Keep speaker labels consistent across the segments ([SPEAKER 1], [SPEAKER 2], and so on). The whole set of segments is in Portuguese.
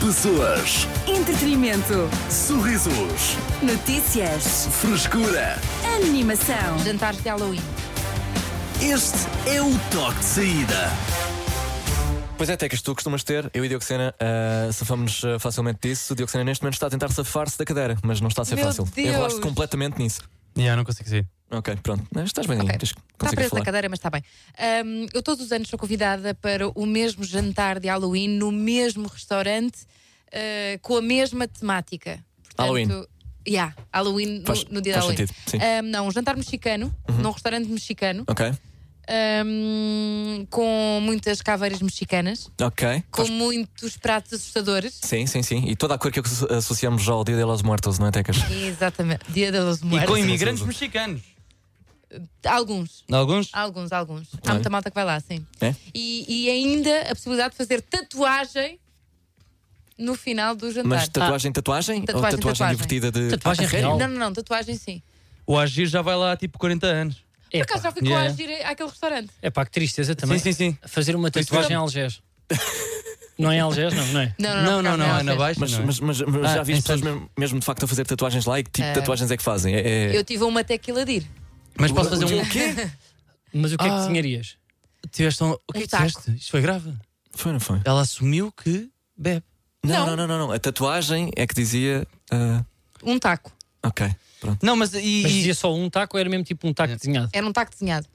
[SPEAKER 1] Pessoas,
[SPEAKER 2] Entretenimento.
[SPEAKER 1] sorrisos,
[SPEAKER 2] Notícias.
[SPEAKER 1] frescura.
[SPEAKER 2] Animação.
[SPEAKER 3] Jantares de Halloween.
[SPEAKER 1] Este é o toque de saída.
[SPEAKER 4] Pois é, Tecas, tu costumas ter, eu e Dioxena, uh, safamos ah, facilmente disso. O Dioxena neste momento está a tentar safar-se da cadeira, mas não está a ser
[SPEAKER 3] Meu
[SPEAKER 4] fácil.
[SPEAKER 3] Deus.
[SPEAKER 4] Enrolaste completamente nisso.
[SPEAKER 5] Yeah, não consigo sair.
[SPEAKER 4] Ok, pronto. Mas Estás bem
[SPEAKER 3] Ok.
[SPEAKER 4] aí, tens-
[SPEAKER 3] Está
[SPEAKER 4] consegues
[SPEAKER 3] preso na
[SPEAKER 4] falar.
[SPEAKER 3] cadeira, mas está bem. Ahm, eu todos os anos sou convidada para o mesmo jantar de Halloween no mesmo restaurante ah, com a mesma temática. Portanto,
[SPEAKER 4] Halloween.
[SPEAKER 3] Yeah, Halloween no,
[SPEAKER 4] Faz-
[SPEAKER 3] no dia
[SPEAKER 4] faz
[SPEAKER 3] de Halloween.
[SPEAKER 4] sentido, sim. Uhum.
[SPEAKER 3] Ahm, não, um jantar mexicano, num restaurante mexicano,
[SPEAKER 4] Ok,
[SPEAKER 3] ahm, com muitas caveiras mexicanas,
[SPEAKER 4] ok.
[SPEAKER 3] com muitos pratos assustadores.
[SPEAKER 4] Sim, sim, sim. E toda a cor que asso- associamos ao Dia de los Muertos, não é, Tecas?
[SPEAKER 3] Exatamente. Dia dos
[SPEAKER 5] E com
[SPEAKER 3] Muertos.
[SPEAKER 5] imigrantes mexicanos.
[SPEAKER 3] Alguns.
[SPEAKER 5] Alguns?
[SPEAKER 3] Alguns, alguns. Há
[SPEAKER 4] Ah,
[SPEAKER 3] muita
[SPEAKER 4] é?
[SPEAKER 3] malta que vai lá, sim.
[SPEAKER 4] É?
[SPEAKER 3] E, e ainda a possibilidade de fazer tatuagem no final do jantar.
[SPEAKER 4] Mas tatuagem, tatuagem? Ou
[SPEAKER 3] Tá, Tatuagem,
[SPEAKER 4] tatuagem,
[SPEAKER 3] tatuagem.
[SPEAKER 4] divertida de.
[SPEAKER 6] Tatuagem
[SPEAKER 4] Ah, sério?
[SPEAKER 6] real.
[SPEAKER 3] Não, não, não, tatuagem sim.
[SPEAKER 5] O Agir já vai lá há tipo 40 anos.
[SPEAKER 6] É
[SPEAKER 3] Por acaso já
[SPEAKER 6] pá,
[SPEAKER 3] fui com
[SPEAKER 5] Yeah.
[SPEAKER 3] a agir àquele restaurante.
[SPEAKER 6] é pá, que tristeza também.
[SPEAKER 5] Sim, sim, sim.
[SPEAKER 6] Fazer uma
[SPEAKER 5] isso
[SPEAKER 6] tatuagem
[SPEAKER 5] que-
[SPEAKER 6] em Algés. não é em Algés, não, não é?
[SPEAKER 3] Não, não,
[SPEAKER 5] Não,
[SPEAKER 3] não.
[SPEAKER 5] não, não, é na
[SPEAKER 3] vai.
[SPEAKER 5] baixa.
[SPEAKER 4] Mas,
[SPEAKER 5] não é?
[SPEAKER 4] mas, mas- mas
[SPEAKER 5] Ah,
[SPEAKER 4] já viste
[SPEAKER 5] então-
[SPEAKER 4] pessoas mesmo, mesmo de facto a fazer tatuagens lá e que tipo de
[SPEAKER 3] Ah.
[SPEAKER 4] tatuagens é que fazem? É, é-
[SPEAKER 3] Eu tive uma até Kiladir.
[SPEAKER 5] Mas posso fazer
[SPEAKER 4] O
[SPEAKER 5] um.
[SPEAKER 4] quê?
[SPEAKER 6] Mas o que é
[SPEAKER 5] Ah.
[SPEAKER 6] que desenharias?
[SPEAKER 5] Tiveste um. O que é
[SPEAKER 3] Um
[SPEAKER 5] que
[SPEAKER 3] taco.
[SPEAKER 5] disseste? Isto foi grave.
[SPEAKER 4] Foi, não foi?
[SPEAKER 5] Ela assumiu que bebe.
[SPEAKER 4] Não,
[SPEAKER 3] Não.
[SPEAKER 4] não, não, não. não. A tatuagem é que dizia. ah,
[SPEAKER 3] Um taco.
[SPEAKER 4] ok, pronto.
[SPEAKER 5] Não, mas e.
[SPEAKER 6] Mas dizia só um taco ou era mesmo tipo um taco desenhado?
[SPEAKER 3] Era um taco desenhado.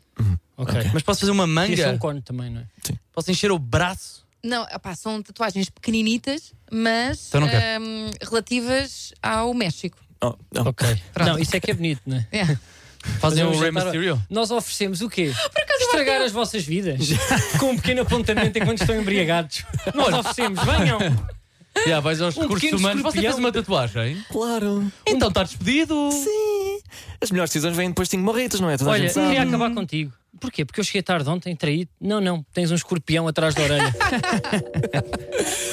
[SPEAKER 6] Ok.
[SPEAKER 5] Mas posso fazer uma
[SPEAKER 6] Podia ser
[SPEAKER 5] manga?
[SPEAKER 6] um cone também, não é?
[SPEAKER 5] Posso encher o braço?
[SPEAKER 3] Não, opá, são tatuagens pequeninitas, mas
[SPEAKER 5] Então não
[SPEAKER 3] hum, relativas ao México.
[SPEAKER 4] Oh, não.
[SPEAKER 6] Ok.
[SPEAKER 3] Pronto.
[SPEAKER 6] Não, isso é que é bonito, não é?
[SPEAKER 3] É.
[SPEAKER 5] Fazer
[SPEAKER 6] Fazer
[SPEAKER 5] um
[SPEAKER 6] um
[SPEAKER 5] Rey
[SPEAKER 6] jantar-
[SPEAKER 5] Mysterio?
[SPEAKER 6] Nós oferecemos o quê? Estragar as vossas vidas. Com um pequeno apontamento enquanto estão embriagados. Nós oferecemos, venham.
[SPEAKER 5] Já, vais aos recursos
[SPEAKER 6] pequeno
[SPEAKER 5] humanos. Você
[SPEAKER 6] escorpião.
[SPEAKER 5] fez uma tatuagem?
[SPEAKER 4] Claro.
[SPEAKER 5] Então está despedido.
[SPEAKER 4] Sim. As melhores decisões vêm depois de 5 morritas, não é? Toda a
[SPEAKER 6] Olha,
[SPEAKER 4] gente sabe.
[SPEAKER 6] queria acabar contigo. Porquê? Porque eu cheguei tarde ontem, traído. Não, não, tens um escorpião atrás da orelha.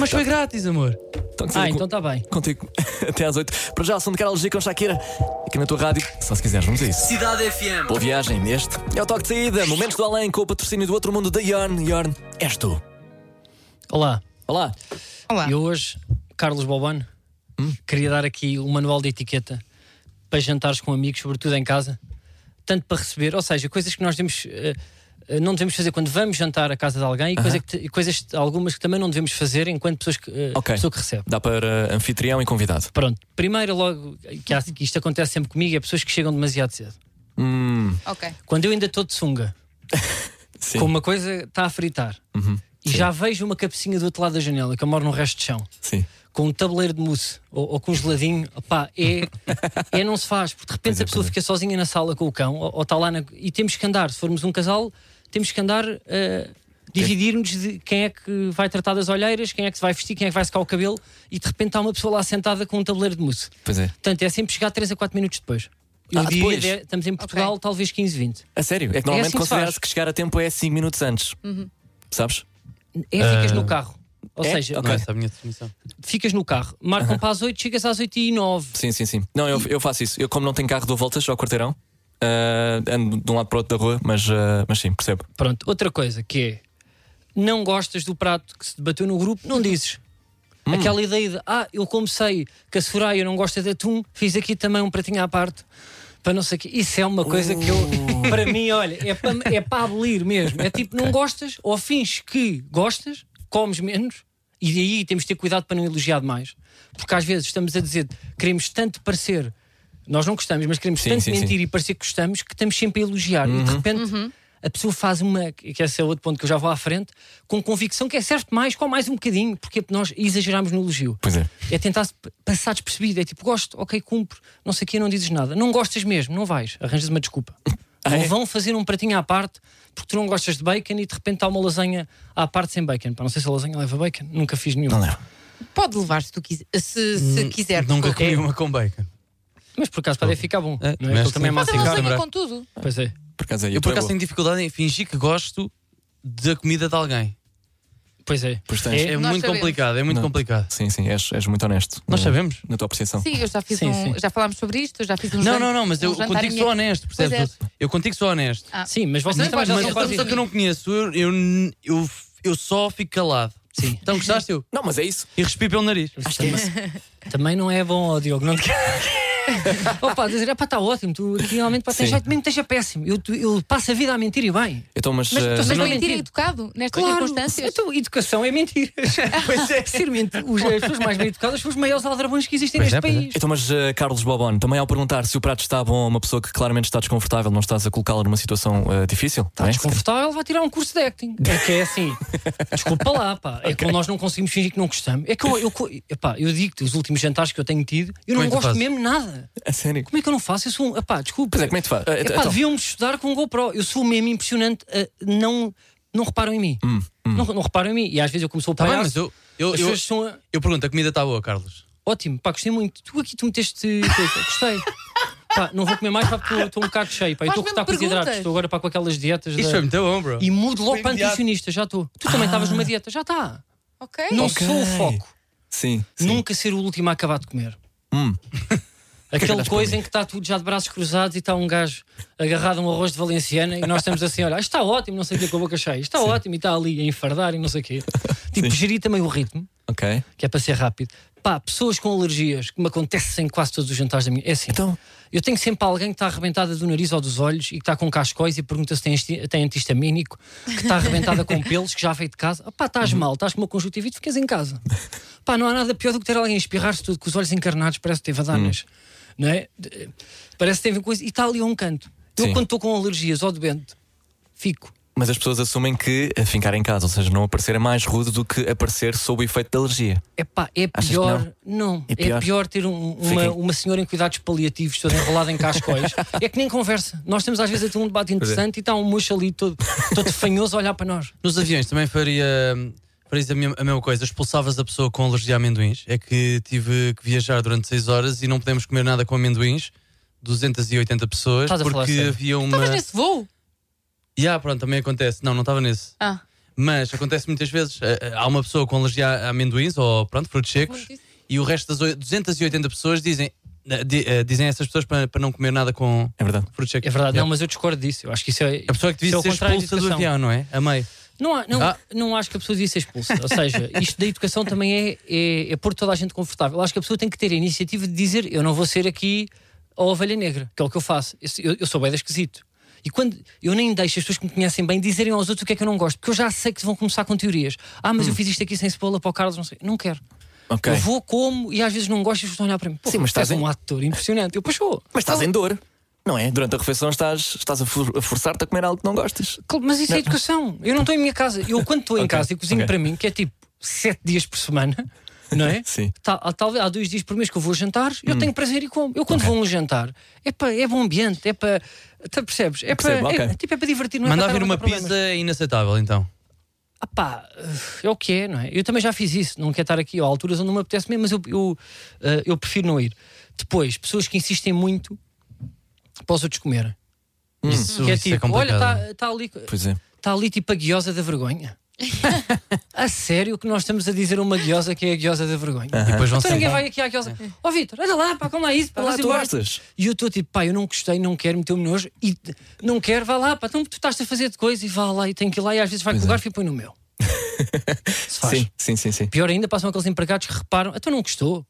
[SPEAKER 5] Mas foi grátis, amor.
[SPEAKER 4] Então, que seja
[SPEAKER 6] ah,
[SPEAKER 4] co-
[SPEAKER 6] então está bem.
[SPEAKER 4] Contigo até às 8. Para já, som de Carol G com Shakira. Aqui na tua rádio, só se quiseres, vamos a isso.
[SPEAKER 1] Cidade FM.
[SPEAKER 4] Boa viagem neste. É o toque de saída. Momentos do além com o patrocínio do outro mundo da Yorn. Yorn, és tu.
[SPEAKER 6] Olá,
[SPEAKER 4] Olá.
[SPEAKER 3] Olá.
[SPEAKER 6] e hoje, Carlos Bobano,
[SPEAKER 4] Hum?
[SPEAKER 6] queria dar aqui um manual de etiqueta para jantares com amigos, sobretudo em casa, tanto para receber, ou seja, coisas que nós devemos, eh, eh, não devemos fazer quando vamos jantar à casa de alguém e coisa que te- e coisas, algumas que também não devemos fazer enquanto pessoas que, eh,
[SPEAKER 4] Ok.
[SPEAKER 6] pessoa que recebe.
[SPEAKER 4] Dá para anfitrião e convidado.
[SPEAKER 6] Pronto, primeiro logo, que, há- que isto acontece sempre comigo, é pessoas que chegam demasiado cedo.
[SPEAKER 4] Hum,
[SPEAKER 3] Ok.
[SPEAKER 6] Quando eu ainda estou de sunga,
[SPEAKER 4] sim. Uhum.
[SPEAKER 6] com uma coisa está a fritar, e já vejo uma cabecinha do outro lado da janela, que eu moro no resto de chão,
[SPEAKER 4] Sim.
[SPEAKER 6] com um tabuleiro de mousse ou, ou com um geladinho, opá, é, é não se faz, porque de repente
[SPEAKER 4] Pois é,
[SPEAKER 6] a pessoa
[SPEAKER 4] pois é.
[SPEAKER 6] fica sozinha na sala com o cão ou, ou está lá na, e temos que andar, se formos um casal, temos que andar a dividir-nos de quem é que vai tratar das olheiras, quem é que se vai vestir, quem é que vai secar o cabelo e de repente está uma pessoa lá sentada com um tabuleiro de mousse.
[SPEAKER 4] Pois é.
[SPEAKER 6] Portanto, é sempre chegar 3 a 4 minutos depois. Eu
[SPEAKER 4] Ah,
[SPEAKER 6] diria,
[SPEAKER 4] depois?
[SPEAKER 6] de- é, estamos em Portugal,
[SPEAKER 3] Ok.
[SPEAKER 6] talvez 15, 20.
[SPEAKER 4] A sério? É que
[SPEAKER 6] É
[SPEAKER 4] normalmente
[SPEAKER 6] assim que se
[SPEAKER 4] considera-se
[SPEAKER 6] faz. Uhum.
[SPEAKER 4] que chegar a tempo é 5 minutos antes. Sabes?
[SPEAKER 6] É ficas no carro. Ou
[SPEAKER 4] é?
[SPEAKER 6] seja,
[SPEAKER 4] Ok.
[SPEAKER 5] Não, essa é a minha definição.
[SPEAKER 6] ficas no carro, marcam para as 8, chegas às 8 e 9.
[SPEAKER 4] Sim, sim, sim. Não, eu, eu faço isso. Eu, como não tenho carro, dou voltas ao quarteirão. Ah, ando de um lado para o outro da rua, mas, ah, mas sim, percebo.
[SPEAKER 6] Pronto, outra coisa que é não gostas do prato que se debateu no grupo, não dizes.
[SPEAKER 4] Hum.
[SPEAKER 6] Aquela ideia de ah, eu comecei que a Soraya não gosta de atum, fiz aqui também um pratinho à parte para não sei o quê. Isso é uma coisa que eu,
[SPEAKER 4] Uh.
[SPEAKER 6] para mim, olha, é para, é para abolir mesmo. É tipo, não gostas ou fins que gostas, comes menos e daí temos de ter cuidado para não elogiar demais. Porque às vezes estamos a dizer queremos tanto parecer, nós não gostamos, mas queremos
[SPEAKER 4] Sim,
[SPEAKER 6] tanto
[SPEAKER 4] sim,
[SPEAKER 6] mentir
[SPEAKER 4] sim.
[SPEAKER 6] e parecer que gostamos que estamos sempre a elogiar
[SPEAKER 4] Uhum.
[SPEAKER 6] e de repente a pessoa faz uma, que esse é outro ponto que eu já vou à frente, com convicção que é certo mais, com mais um bocadinho, porque é que nós exageramos no elogio.
[SPEAKER 4] Pois é.
[SPEAKER 6] É tentar se p- passar despercebido, é tipo, gosto, ok, cumpro, não sei o quê, não dizes nada. Não gostas mesmo, não vais, arranjas uma desculpa.
[SPEAKER 4] Ah, é?
[SPEAKER 6] Ou vão fazer um pratinho à parte porque tu não gostas de bacon e de repente há uma lasanha à parte sem bacon. Pá, não sei se a lasanha leva bacon, nunca fiz nenhuma.
[SPEAKER 4] leva.
[SPEAKER 3] Pode levar se tu quiser. Se, se quiser.
[SPEAKER 5] Nunca
[SPEAKER 3] desculpa.
[SPEAKER 5] comi uma com bacon.
[SPEAKER 6] Mas por acaso para ficar bom.
[SPEAKER 5] É,
[SPEAKER 6] não é?
[SPEAKER 5] mas
[SPEAKER 6] Aquilo também é
[SPEAKER 5] sim.
[SPEAKER 6] massa
[SPEAKER 3] Mas a
[SPEAKER 6] cara.
[SPEAKER 3] lasanha com tudo.
[SPEAKER 6] Pois é.
[SPEAKER 4] Por acaso aí,
[SPEAKER 5] Eu
[SPEAKER 4] tu
[SPEAKER 5] por
[SPEAKER 4] é
[SPEAKER 5] acaso
[SPEAKER 4] boa.
[SPEAKER 5] tenho dificuldade em fingir que gosto da comida de alguém.
[SPEAKER 6] Pois é.
[SPEAKER 4] Pois tens.
[SPEAKER 5] É
[SPEAKER 6] é.
[SPEAKER 3] Nós
[SPEAKER 5] muito
[SPEAKER 3] sabemos.
[SPEAKER 5] complicado, é muito
[SPEAKER 4] Não.
[SPEAKER 5] complicado.
[SPEAKER 4] Sim, sim, és, és muito honesto.
[SPEAKER 5] Nós
[SPEAKER 4] na-
[SPEAKER 5] sabemos.
[SPEAKER 4] Na tua apreciação.
[SPEAKER 3] Sim, eu já fiz
[SPEAKER 6] Sim,
[SPEAKER 3] um.
[SPEAKER 6] sim.
[SPEAKER 3] Já falámos sobre isto, já fiz um
[SPEAKER 5] Não,
[SPEAKER 3] jan-
[SPEAKER 5] não, não, mas
[SPEAKER 3] um
[SPEAKER 5] eu
[SPEAKER 3] jantar em
[SPEAKER 5] contigo
[SPEAKER 3] minha-
[SPEAKER 5] sou honesto, percebes? Eu contigo sou honesto.
[SPEAKER 3] Ah.
[SPEAKER 6] Sim, mas vocês
[SPEAKER 5] Mas
[SPEAKER 6] também já
[SPEAKER 5] mas
[SPEAKER 6] são
[SPEAKER 5] a
[SPEAKER 6] quase.
[SPEAKER 5] pessoa que eu não conheço, eu, eu, eu, eu só fico calado.
[SPEAKER 6] Sim.
[SPEAKER 5] Então gostaste eu?
[SPEAKER 4] Não, mas é isso.
[SPEAKER 5] E respi pelo nariz.
[SPEAKER 6] Também não é bom, ó, Diogo. Não te quero. Opa, dizer, "Epá, está ótimo, tu aqui realmente pá, tens
[SPEAKER 4] Sim.
[SPEAKER 6] jeito, mesmo que esteja péssimo. Eu, tu- eu passo a vida a mentir e bem.
[SPEAKER 4] Então, mas.
[SPEAKER 3] Mas,
[SPEAKER 4] eh,
[SPEAKER 3] mas mentir
[SPEAKER 6] não
[SPEAKER 3] é
[SPEAKER 6] mentir.
[SPEAKER 3] educado nestas circunstâncias.
[SPEAKER 6] então, educação é mentir. pois é. Ser mentir. Os, as pessoas mais bem educadas são os maiores aldrabões que existem
[SPEAKER 5] Pois
[SPEAKER 6] neste
[SPEAKER 5] é, pois é.
[SPEAKER 6] país.
[SPEAKER 4] Então, mas eh, Carlos Bobon, também ao perguntar se o prato está bom a uma pessoa que claramente está desconfortável, não estás a colocá-la numa situação eh, difícil?
[SPEAKER 6] Está
[SPEAKER 4] não é?
[SPEAKER 6] desconfortável, vai tirar um curso de acting. É que é assim. Desculpa lá, pá. É que nós não conseguimos fingir que não gostamos. É que eu, eu, co- epá, eu digo-te, os últimos jantares que eu tenho tido, eu
[SPEAKER 5] Como é
[SPEAKER 6] não
[SPEAKER 5] que tu
[SPEAKER 6] gosto
[SPEAKER 5] fazes?
[SPEAKER 6] mesmo de nada.
[SPEAKER 4] A sério?
[SPEAKER 6] Como é que eu não faço? Eu sou um. Epá, desculpa.
[SPEAKER 4] Pois é, como é que tu fazes? Eh,
[SPEAKER 6] Epá,
[SPEAKER 4] então,
[SPEAKER 6] deviam-me estudar com um GoPro. Eu sou mesmo impressionante. a não, não reparam em mim. Não, não reparam em mim. E às vezes eu como sou
[SPEAKER 5] Hum, Tá bem,
[SPEAKER 6] palhaço,
[SPEAKER 5] mas eu, eu,
[SPEAKER 6] as
[SPEAKER 5] eu,
[SPEAKER 6] pessoas são a-
[SPEAKER 5] eu pergunto, a comida está boa, Carlos?
[SPEAKER 6] Ótimo, pá, gostei muito. Tu aqui tu meteste. coisa. Gostei. Pá, não vou comer mais, pá, porque eu estou um bocado cheio. Pá, eu
[SPEAKER 3] Faz
[SPEAKER 6] estou a cortar
[SPEAKER 3] mesmo
[SPEAKER 6] com os hidratos.
[SPEAKER 3] perguntas.
[SPEAKER 6] Estou agora pá, com aquelas dietas.
[SPEAKER 5] Isto
[SPEAKER 6] da-
[SPEAKER 5] foi muito bom, bro.
[SPEAKER 6] é. E mudo logo
[SPEAKER 5] Foi imediato.
[SPEAKER 6] para
[SPEAKER 5] Ah.
[SPEAKER 6] nutricionista, já estou. Tu também estavas numa dieta, já está.
[SPEAKER 3] Ok?
[SPEAKER 6] Não
[SPEAKER 4] Ok.
[SPEAKER 6] sou o foco.
[SPEAKER 4] Sim. sim.
[SPEAKER 6] Nunca ser o último a acabar de comer.
[SPEAKER 4] Hum.
[SPEAKER 6] Aquela
[SPEAKER 4] Olhaste para
[SPEAKER 6] coisa
[SPEAKER 4] mim.
[SPEAKER 6] em que está tudo já de braços cruzados e está um gajo agarrado a um arroz de Valenciana e nós estamos assim: olha, "Ah, isto está ótimo, não sei o que, com a boca cheia, isto está ótimo e está ali a enfardar e não sei o quê. Tipo, gerir também o ritmo,
[SPEAKER 4] Ok.
[SPEAKER 6] que é para ser rápido. Pá, pessoas com alergias, que me acontecem em quase todos os jantares da minha. É assim.
[SPEAKER 4] Então,
[SPEAKER 6] Eu tenho sempre alguém que está arrebentada do nariz ou dos olhos e que está com cascóis e pergunta se tem, anti- tem antihistamínico, que está arrebentada com pelos, que já veio de casa. Pá, estás mal, estás com uma conjuntivite, ficas em casa. Pá, não há nada pior do que ter alguém a espirrar-se tudo com os olhos encarnados, parece que teve adanas. Não é? De- Parece que teve coisa. E está ali a um canto. Eu,
[SPEAKER 4] Sim.
[SPEAKER 6] quando estou com alergias ou doente, fico.
[SPEAKER 4] mas as pessoas assumem que eh, ficar em casa, ou seja, não aparecer é mais rude do que aparecer sob o efeito da alergia.
[SPEAKER 6] É pá, é
[SPEAKER 4] Achas que
[SPEAKER 6] pior. Não,
[SPEAKER 4] É
[SPEAKER 6] é,
[SPEAKER 4] pior?
[SPEAKER 6] pior. ter um-
[SPEAKER 4] Fiquem-
[SPEAKER 6] uma, uma senhora em cuidados paliativos toda enrolada em cascóis. é que nem conversa. Nós temos às vezes até um debate interessante e está um mocho ali todo, todo fanhoso a olhar para nós.
[SPEAKER 5] Nos aviões também faria, farias a, mesma- a mesma coisa, expulsavas a pessoa com alergia a amendoins. É que tive que viajar durante 6 horas e não podemos comer nada com amendoins. 280 pessoas,
[SPEAKER 6] Estás a falar
[SPEAKER 5] porque
[SPEAKER 6] sério?
[SPEAKER 5] havia uma.
[SPEAKER 3] Estavas nesse voo?
[SPEAKER 5] Ya, pronto, também acontece. Não, não estava nesse.
[SPEAKER 3] Ah,
[SPEAKER 5] Mas acontece muitas vezes. eh, eh, Há uma pessoa com alergia a amendoins ou, pronto, frutos secos.
[SPEAKER 3] muito isso.
[SPEAKER 5] E o resto das oi- 280 pessoas dizem, eh, di- eh, dizem a essas pessoas para, para não comer nada com
[SPEAKER 4] É verdade.
[SPEAKER 5] frutos secos.
[SPEAKER 6] É verdade,
[SPEAKER 5] Yeah.
[SPEAKER 6] não, mas eu discordo disso. Eu acho que isso é.
[SPEAKER 5] A pessoa é que devia
[SPEAKER 6] isso é o
[SPEAKER 5] ser
[SPEAKER 6] contrário de
[SPEAKER 5] expulsa do
[SPEAKER 6] educação.
[SPEAKER 5] avião, não é? Amei.
[SPEAKER 6] Não, há- não,
[SPEAKER 5] Ah.
[SPEAKER 6] não acho que a pessoa devia ser expulsa. Ou seja, isto da educação também é, é, é pôr toda a gente confortável. Acho que a pessoa tem que ter a iniciativa de dizer: Eu não vou ser aqui a ovelha negra, que é o que eu faço. Eu, sou- eu- eu sou bem esquisito. E quando eu nem deixo as pessoas que me conhecem bem dizerem aos outros o que é que eu não gosto, porque eu já sei que vão começar com teorias. Ah, mas eu fiz isto aqui sem cebola para o Carlos, não sei. Não quero.
[SPEAKER 4] Hum. Ok.
[SPEAKER 6] Eu vou, como e às vezes não gosto e as pessoas estão a olhar para mim. Pô,
[SPEAKER 4] Sim, mas
[SPEAKER 6] tu és
[SPEAKER 4] estás em-
[SPEAKER 6] um ator impressionante. Eu, pois sou.
[SPEAKER 4] Mas estás em dor, não é? Durante a refeição estás, estás a, for- a forçar-te a comer algo que não gostas.
[SPEAKER 6] Cl- Mas isso é educação. Eu não estou em minha casa. Eu, quando estou em
[SPEAKER 4] Ok,
[SPEAKER 6] casa e cozinho
[SPEAKER 4] ok.
[SPEAKER 6] para mim, que é tipo sete dias por semana, não é?
[SPEAKER 4] Sim. Hum.
[SPEAKER 6] Tal- há- talvez há dois dias por mês que eu vou a jantar, eu tenho prazer e como. Eu, quando vou a um jantar, é para é bom ambiente, é para. tá- Percebes? É para
[SPEAKER 4] Percebo,
[SPEAKER 6] é,
[SPEAKER 4] ok.
[SPEAKER 6] tipo, é para divertir, não é
[SPEAKER 5] Mandar
[SPEAKER 6] para
[SPEAKER 5] vir
[SPEAKER 6] estar a
[SPEAKER 5] uma
[SPEAKER 6] arranjar problemas.
[SPEAKER 5] pizza é inaceitável, então.
[SPEAKER 6] Ah pá, é o que é, não é? Eu também já fiz isso, não quero estar aqui ó, há alturas onde não me apetece mesmo, mas eu, eu, eh, eu prefiro não ir. Depois, pessoas que insistem muito para os outros comerem.
[SPEAKER 4] Hum.
[SPEAKER 5] Isso,
[SPEAKER 6] que é
[SPEAKER 5] isso
[SPEAKER 6] tipo, olha,
[SPEAKER 5] complicado.
[SPEAKER 6] está tá ali.
[SPEAKER 4] Pois é.
[SPEAKER 6] Está ali tipo a guiosa da vergonha. a sério que nós estamos a dizer uma guiosa que é a guiosa da vergonha.
[SPEAKER 5] E depois vão
[SPEAKER 6] Então ninguém
[SPEAKER 5] sentar.
[SPEAKER 6] vai aqui à guiosa. Ó Vitor, olha lá, pá, como lá isso, pá,
[SPEAKER 4] É. Lá
[SPEAKER 6] vamos
[SPEAKER 4] tu
[SPEAKER 6] embora.
[SPEAKER 4] gostas.
[SPEAKER 6] E eu estou tipo, pá, eu não gostei, não quero, meteu-me nojo e t- não quero, vá lá, pá, então tu estás a fazer de coisa e vá lá e tem que ir lá e às vezes vai com o garfo e põe no meu. Se faz.
[SPEAKER 4] é. Sim, sim, sim, sim.
[SPEAKER 6] Pior ainda, passam aqueles empregados que reparam, então não gostou.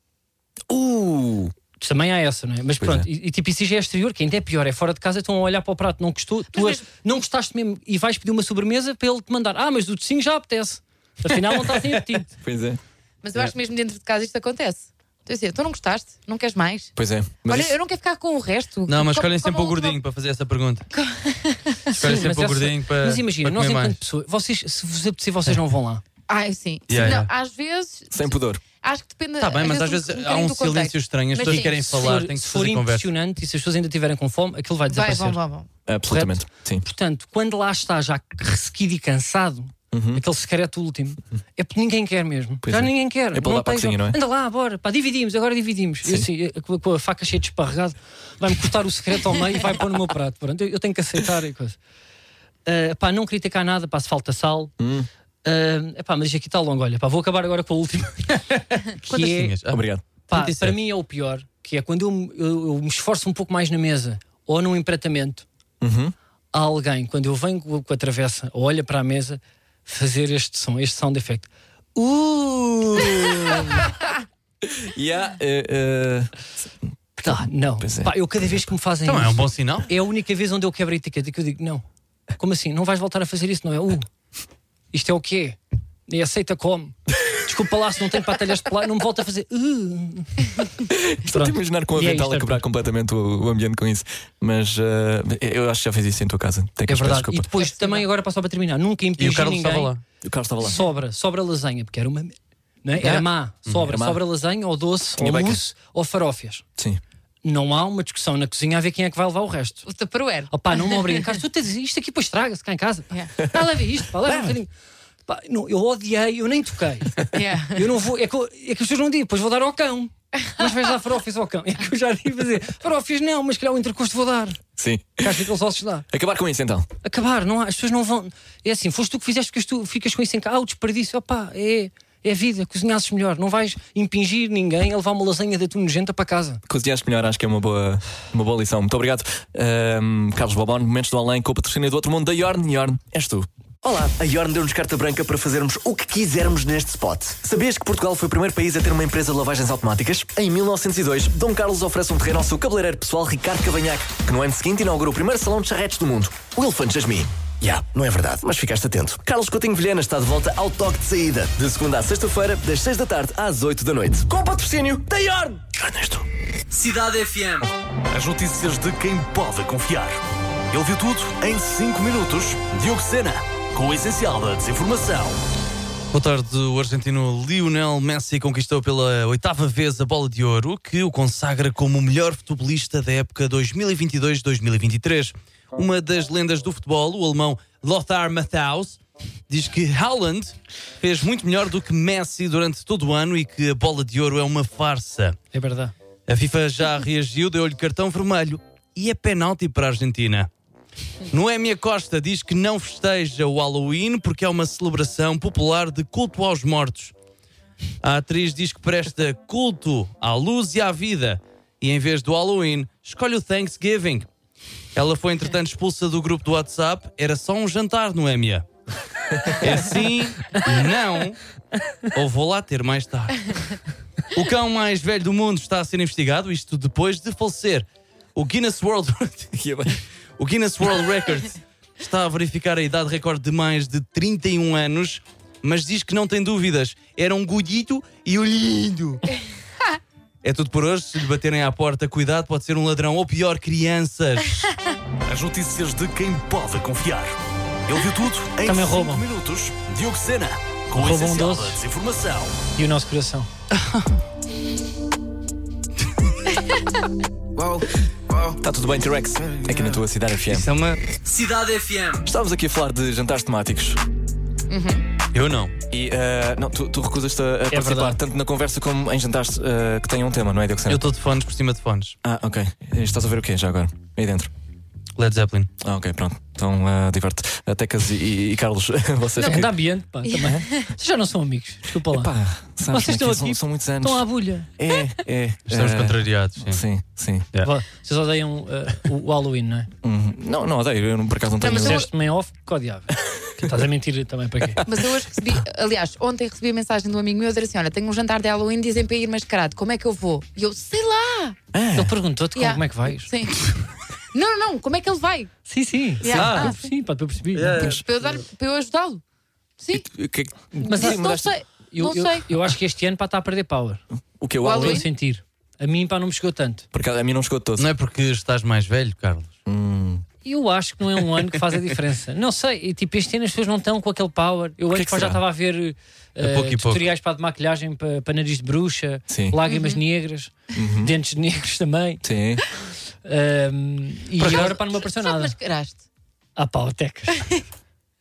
[SPEAKER 4] Uh!
[SPEAKER 6] Também há essa, não é? Mas
[SPEAKER 4] Pois
[SPEAKER 6] pronto,
[SPEAKER 4] é.
[SPEAKER 6] e, e tipo, isso já é exterior, que ainda é pior, é fora de casa, estão a olhar para o prato, não gostou, tu as- não gostaste mesmo e vais pedir uma sobremesa para ele te mandar. Ah, mas do docinho já apetece. Afinal, não está sem apetite.
[SPEAKER 4] Pois é.
[SPEAKER 3] Mas eu acho que mesmo dentro de casa isto acontece. Então, Estou a dizer, tu não gostaste? Não queres mais?
[SPEAKER 4] Pois é. Mas
[SPEAKER 3] Olha,
[SPEAKER 4] isso-
[SPEAKER 3] eu não quero ficar com o resto.
[SPEAKER 5] Não, mas
[SPEAKER 3] Com-
[SPEAKER 5] escolhem
[SPEAKER 3] com
[SPEAKER 5] sempre
[SPEAKER 3] a
[SPEAKER 5] o
[SPEAKER 3] última-
[SPEAKER 5] gordinho para fazer essa pergunta. Escolhem
[SPEAKER 6] Sim,
[SPEAKER 5] sempre o
[SPEAKER 6] essa-
[SPEAKER 5] gordinho para.
[SPEAKER 6] mas imagina,
[SPEAKER 5] para
[SPEAKER 6] nós
[SPEAKER 5] comer
[SPEAKER 6] enquanto
[SPEAKER 5] mais. É.
[SPEAKER 6] pessoas, vocês, se vos apetecer, vocês não vão lá.
[SPEAKER 3] Ai, Ah, é sim.
[SPEAKER 5] Yeah,
[SPEAKER 3] não,
[SPEAKER 5] yeah.
[SPEAKER 3] Às vezes,
[SPEAKER 4] Sem pudor.
[SPEAKER 3] acho que depende.
[SPEAKER 5] Está Tá bem, mas às vezes
[SPEAKER 3] um bocadinho
[SPEAKER 5] há um
[SPEAKER 3] do contexto.
[SPEAKER 5] silêncio estranho,
[SPEAKER 3] Mas
[SPEAKER 5] as pessoas
[SPEAKER 3] sim,
[SPEAKER 5] querem
[SPEAKER 3] se
[SPEAKER 5] falar,
[SPEAKER 6] se
[SPEAKER 5] tem que
[SPEAKER 6] for, se
[SPEAKER 5] se
[SPEAKER 6] for
[SPEAKER 5] fazer conversa.
[SPEAKER 6] impressionante e se as pessoas ainda tiverem com fome, aquilo vai
[SPEAKER 3] Vai,
[SPEAKER 6] desaparecer.
[SPEAKER 3] vão, vão, vão.
[SPEAKER 4] Absolutamente. Sim.
[SPEAKER 6] Portanto, quando lá está já ressequido e cansado, aquele secreto último, é porque ninguém quer mesmo.
[SPEAKER 4] Uhum. Pois
[SPEAKER 6] já
[SPEAKER 4] é.
[SPEAKER 6] ninguém quer.
[SPEAKER 4] É para lá para a
[SPEAKER 6] tens-
[SPEAKER 4] cozinha, não é?
[SPEAKER 6] Anda lá, bora, pá, dividimos, agora dividimos. Eu, assim, eh, com a- com a faca cheia de esparregado, vai-me cortar o secreto ao meio e vai pôr no meu prato. Pronto, eu, eu tenho que aceitar e coisa. Ah, pá, não criticar nada, pá, se falta sal.
[SPEAKER 4] Hum.
[SPEAKER 6] Ah, epá, mas isto aqui está longo, olha, pá, vou acabar agora com a última.
[SPEAKER 5] Quantas
[SPEAKER 6] que é,
[SPEAKER 5] tinhas? Ah,
[SPEAKER 4] Obrigado.
[SPEAKER 6] Pá,
[SPEAKER 5] 37.
[SPEAKER 6] para mim é o pior, que é quando eu, me- eu- eu me esforço um pouco mais na mesa ou num empratamento,
[SPEAKER 5] Uhum.
[SPEAKER 6] há alguém, quando eu venho com, com a travessa, ou olha para a mesa, fazer este som, este sound effect. Uh!
[SPEAKER 4] Yeah, eh, eh,
[SPEAKER 6] Tá, não.
[SPEAKER 4] Pois é.
[SPEAKER 6] Pá, eu cada vez que me fazem
[SPEAKER 5] Então é um
[SPEAKER 6] isso,
[SPEAKER 5] bom sinal.
[SPEAKER 6] é a única vez onde eu quebro a etiqueta que eu digo, não. Como assim? Não vais voltar a fazer isso, não é? Uh, isto é o quê? E aceita como? Desculpa lá se não tenho patalhas de plástico, não me volta a fazer. Uh.
[SPEAKER 4] estou a
[SPEAKER 6] Pronto.
[SPEAKER 4] imaginar com a
[SPEAKER 6] E é
[SPEAKER 4] avental
[SPEAKER 6] isto,
[SPEAKER 4] a quebrar completamente o, o ambiente com isso. Mas eh, eu acho que já fez isso em tua casa. Tem que
[SPEAKER 6] É
[SPEAKER 4] lhes pedir
[SPEAKER 6] verdade. E
[SPEAKER 4] desculpa.
[SPEAKER 6] depois também, agora passou para terminar, nunca
[SPEAKER 5] E o
[SPEAKER 6] impingi
[SPEAKER 5] Carlos
[SPEAKER 6] ninguém.
[SPEAKER 5] estava lá.
[SPEAKER 4] O Carlos estava lá.
[SPEAKER 6] Sobra, sobra lasanha, porque era uma. Não é?
[SPEAKER 4] É.
[SPEAKER 6] Era má, sobra,
[SPEAKER 4] era má.
[SPEAKER 6] sobra lasanha, ou doce,
[SPEAKER 4] Tinha
[SPEAKER 6] ou
[SPEAKER 4] beca.
[SPEAKER 6] mousse, ou farófias.
[SPEAKER 4] Sim.
[SPEAKER 6] Não há uma discussão na cozinha a ver quem é que vai levar o resto.
[SPEAKER 3] O Tupperware.
[SPEAKER 6] Opá, não me obriguem, Carlos, tu tens isto aqui, depois estraga-se cá em casa. Pá,
[SPEAKER 3] Yeah.
[SPEAKER 6] Pá, leva isto, pá, leva um bocadinho. Pá, não, eu odiei, eu nem toquei.
[SPEAKER 3] Yeah.
[SPEAKER 6] Eu não vou, é que, eu- é que as pessoas não dizem, depois vou dar ao cão. Mas vais dar farófias ao cão. É que eu já ia fazer. Farófias não, mas se calhar o intercosto vou dar.
[SPEAKER 4] Sim.
[SPEAKER 6] Que acho que aqueles ossos dá.
[SPEAKER 4] Acabar com isso então.
[SPEAKER 6] acabar, não há, as pessoas não vão. É assim, foste tu que fizeste, ficas, tu, ficas com isso em casa. Ah, o desperdício, opá, é, é a vida, cozinhasses melhor. Não vais impingir ninguém a levar uma lasanha de atum nojenta para casa.
[SPEAKER 4] Cozinhaste melhor, acho que é uma boa, uma boa lição. Muito obrigado, Ahm, Carlos Bobon, Momentos do Além, com o patrocínio do outro mundo da Yorn. Yorn, és tu.
[SPEAKER 1] Olá, a Yorn deu-nos carta branca para fazermos o que quisermos neste spot. Sabias que Portugal foi o primeiro país a ter uma empresa de lavagens automáticas? Em 1902, Dom Carlos oferece um terreno ao seu cabeleireiro pessoal Ricardo Cavanhaque, que no ano seguinte inaugura o primeiro salão de charretes do mundo, o Elefante Jasmine. Já, não é verdade, mas ficaste atento. Carlos Coutinho Vilhena está de volta ao toque de saída, de segunda à sexta-feira, das seis da tarde às oito da noite. Com o patrocínio da Yorn! Ernesto.
[SPEAKER 7] Cidade FM.
[SPEAKER 1] As notícias de quem pode confiar. Ele viu tudo em 5 minutos. Diogo Sena, com o essencial da desinformação.
[SPEAKER 5] Boa tarde, o argentino Lionel Messi conquistou pela oitava vez a bola de ouro, que o consagra como o melhor futebolista da época 2022-2023. Uma das lendas do futebol, o alemão Lothar Matthaus, diz que Haaland fez muito melhor do que Messi durante todo o ano e que a bola de ouro é uma farsa.
[SPEAKER 6] É verdade.
[SPEAKER 5] A FIFA já reagiu, deu-lhe cartão vermelho e é penalti para a Argentina. Noémia Costa diz que não festeja o Halloween porque é uma celebração popular de culto aos mortos. A atriz diz que presta culto à luz e à vida e, em vez do Halloween, escolhe o Thanksgiving. Ela foi, entretanto, expulsa do grupo do WhatsApp. Era só um jantar, Noémia. É sim, não, ou vou lá ter mais tarde. O cão mais velho do mundo está a ser investigado, isto depois de falecer. O Guinness World, o Guinness World Records está a verificar a idade recorde de mais de 31 anos, mas diz que não tem dúvidas. Era um godito e um lindo. É tudo por hoje. Se lhe baterem à porta, cuidado, pode ser um ladrão ou pior, crianças.
[SPEAKER 1] As notícias de quem pode confiar. Ele viu tudo em
[SPEAKER 6] Também
[SPEAKER 1] 5
[SPEAKER 6] roubam.
[SPEAKER 1] minutos. Diogo Sena, com o
[SPEAKER 6] Roubam
[SPEAKER 1] essencial da
[SPEAKER 6] doces.
[SPEAKER 1] desinformação.
[SPEAKER 6] E o nosso coração.
[SPEAKER 4] Está tudo bem, T-Rex? Aqui na tua cidade FM.
[SPEAKER 5] Isso é um- uma.
[SPEAKER 7] Cidade FM.
[SPEAKER 4] Estávamos aqui a falar de jantares temáticos
[SPEAKER 5] Eu não.
[SPEAKER 4] e ah, não, tu, tu recusas-te
[SPEAKER 5] É
[SPEAKER 4] a, a participar
[SPEAKER 6] verdade.
[SPEAKER 4] tanto na conversa como em jantares ah, que tenham um tema, não é, Diogo Sena?
[SPEAKER 5] Eu estou de fones por cima de fones.
[SPEAKER 4] Ah, ok. Estás a ver o quê já agora? Aí dentro.
[SPEAKER 5] Led Zeppelin.
[SPEAKER 4] Ah, ok, pronto. Então ah, diverte. Ah, Tecas e, e- e Carlos, vocês
[SPEAKER 6] Não,
[SPEAKER 4] que-
[SPEAKER 6] dá ambiente, pá, também. Vocês já não são amigos, desculpa lá.
[SPEAKER 4] Pá, sabes,
[SPEAKER 6] Vocês
[SPEAKER 4] como é que
[SPEAKER 6] estão
[SPEAKER 4] é?
[SPEAKER 6] aqui,
[SPEAKER 4] são, são muitos anos.
[SPEAKER 6] Estão à bulha.
[SPEAKER 4] É, é.
[SPEAKER 5] Estamos
[SPEAKER 4] ah,
[SPEAKER 5] contrariados. sim.
[SPEAKER 4] Sim, sim.
[SPEAKER 5] É.
[SPEAKER 6] Vá, Vocês odeiam eh, o, o Halloween, não é?
[SPEAKER 4] Uhum. Não, não, odeio. Eu não- por acaso não tenho.
[SPEAKER 3] mas eu-
[SPEAKER 6] Dizeste-me em off, que odiava. Que Estás a mentir também para quê?
[SPEAKER 3] Mas eu hoje recebi, aliás, ontem recebi a mensagem de um amigo meu a dizer assim: Olha, tenho um jantar de Halloween, dizem para ir mascarado, como é que eu vou? E eu, sei lá!
[SPEAKER 6] Ele perguntou-te como-
[SPEAKER 3] Yeah.
[SPEAKER 6] como é que vais.
[SPEAKER 3] Sim. não, não, como é que ele vai?
[SPEAKER 6] Sim, sim.
[SPEAKER 3] Yeah. Ah,
[SPEAKER 6] Sim, sim, pá, para eu perceber.
[SPEAKER 3] Para eu, dar- para eu ajudá-lo. Sim,
[SPEAKER 4] O que,
[SPEAKER 6] Mas
[SPEAKER 3] Disse,
[SPEAKER 6] isso-
[SPEAKER 3] não sei.
[SPEAKER 6] eu,
[SPEAKER 3] não
[SPEAKER 6] eu-
[SPEAKER 3] sei.
[SPEAKER 6] eu acho que este ano pá, está a perder power.
[SPEAKER 4] o que eu
[SPEAKER 3] Qual é?
[SPEAKER 6] Para
[SPEAKER 4] Halloween?
[SPEAKER 6] eu sentir. A mim pá, não me chegou tanto.
[SPEAKER 4] Por acaso, a mim não chegou de todo.
[SPEAKER 5] Não é porque estás mais velho, Carlos.
[SPEAKER 6] Eu acho que não é um ano que faz a diferença. Não sei, e, tipo, este ano as pessoas não estão com aquele power. Eu antes
[SPEAKER 4] que
[SPEAKER 6] pá, já
[SPEAKER 4] será?
[SPEAKER 6] estava a ver eh,
[SPEAKER 5] pouco e pouco.
[SPEAKER 6] tutoriais para de maquilhagem para, para nariz de bruxa,
[SPEAKER 4] Sim.
[SPEAKER 6] lágrimas negras, dentes negros também.
[SPEAKER 4] Sim.
[SPEAKER 6] Ahm, e agora para não me apareceu
[SPEAKER 3] Já te
[SPEAKER 6] nada.
[SPEAKER 3] mascaraste.
[SPEAKER 6] Ah, pá, ó, tecas.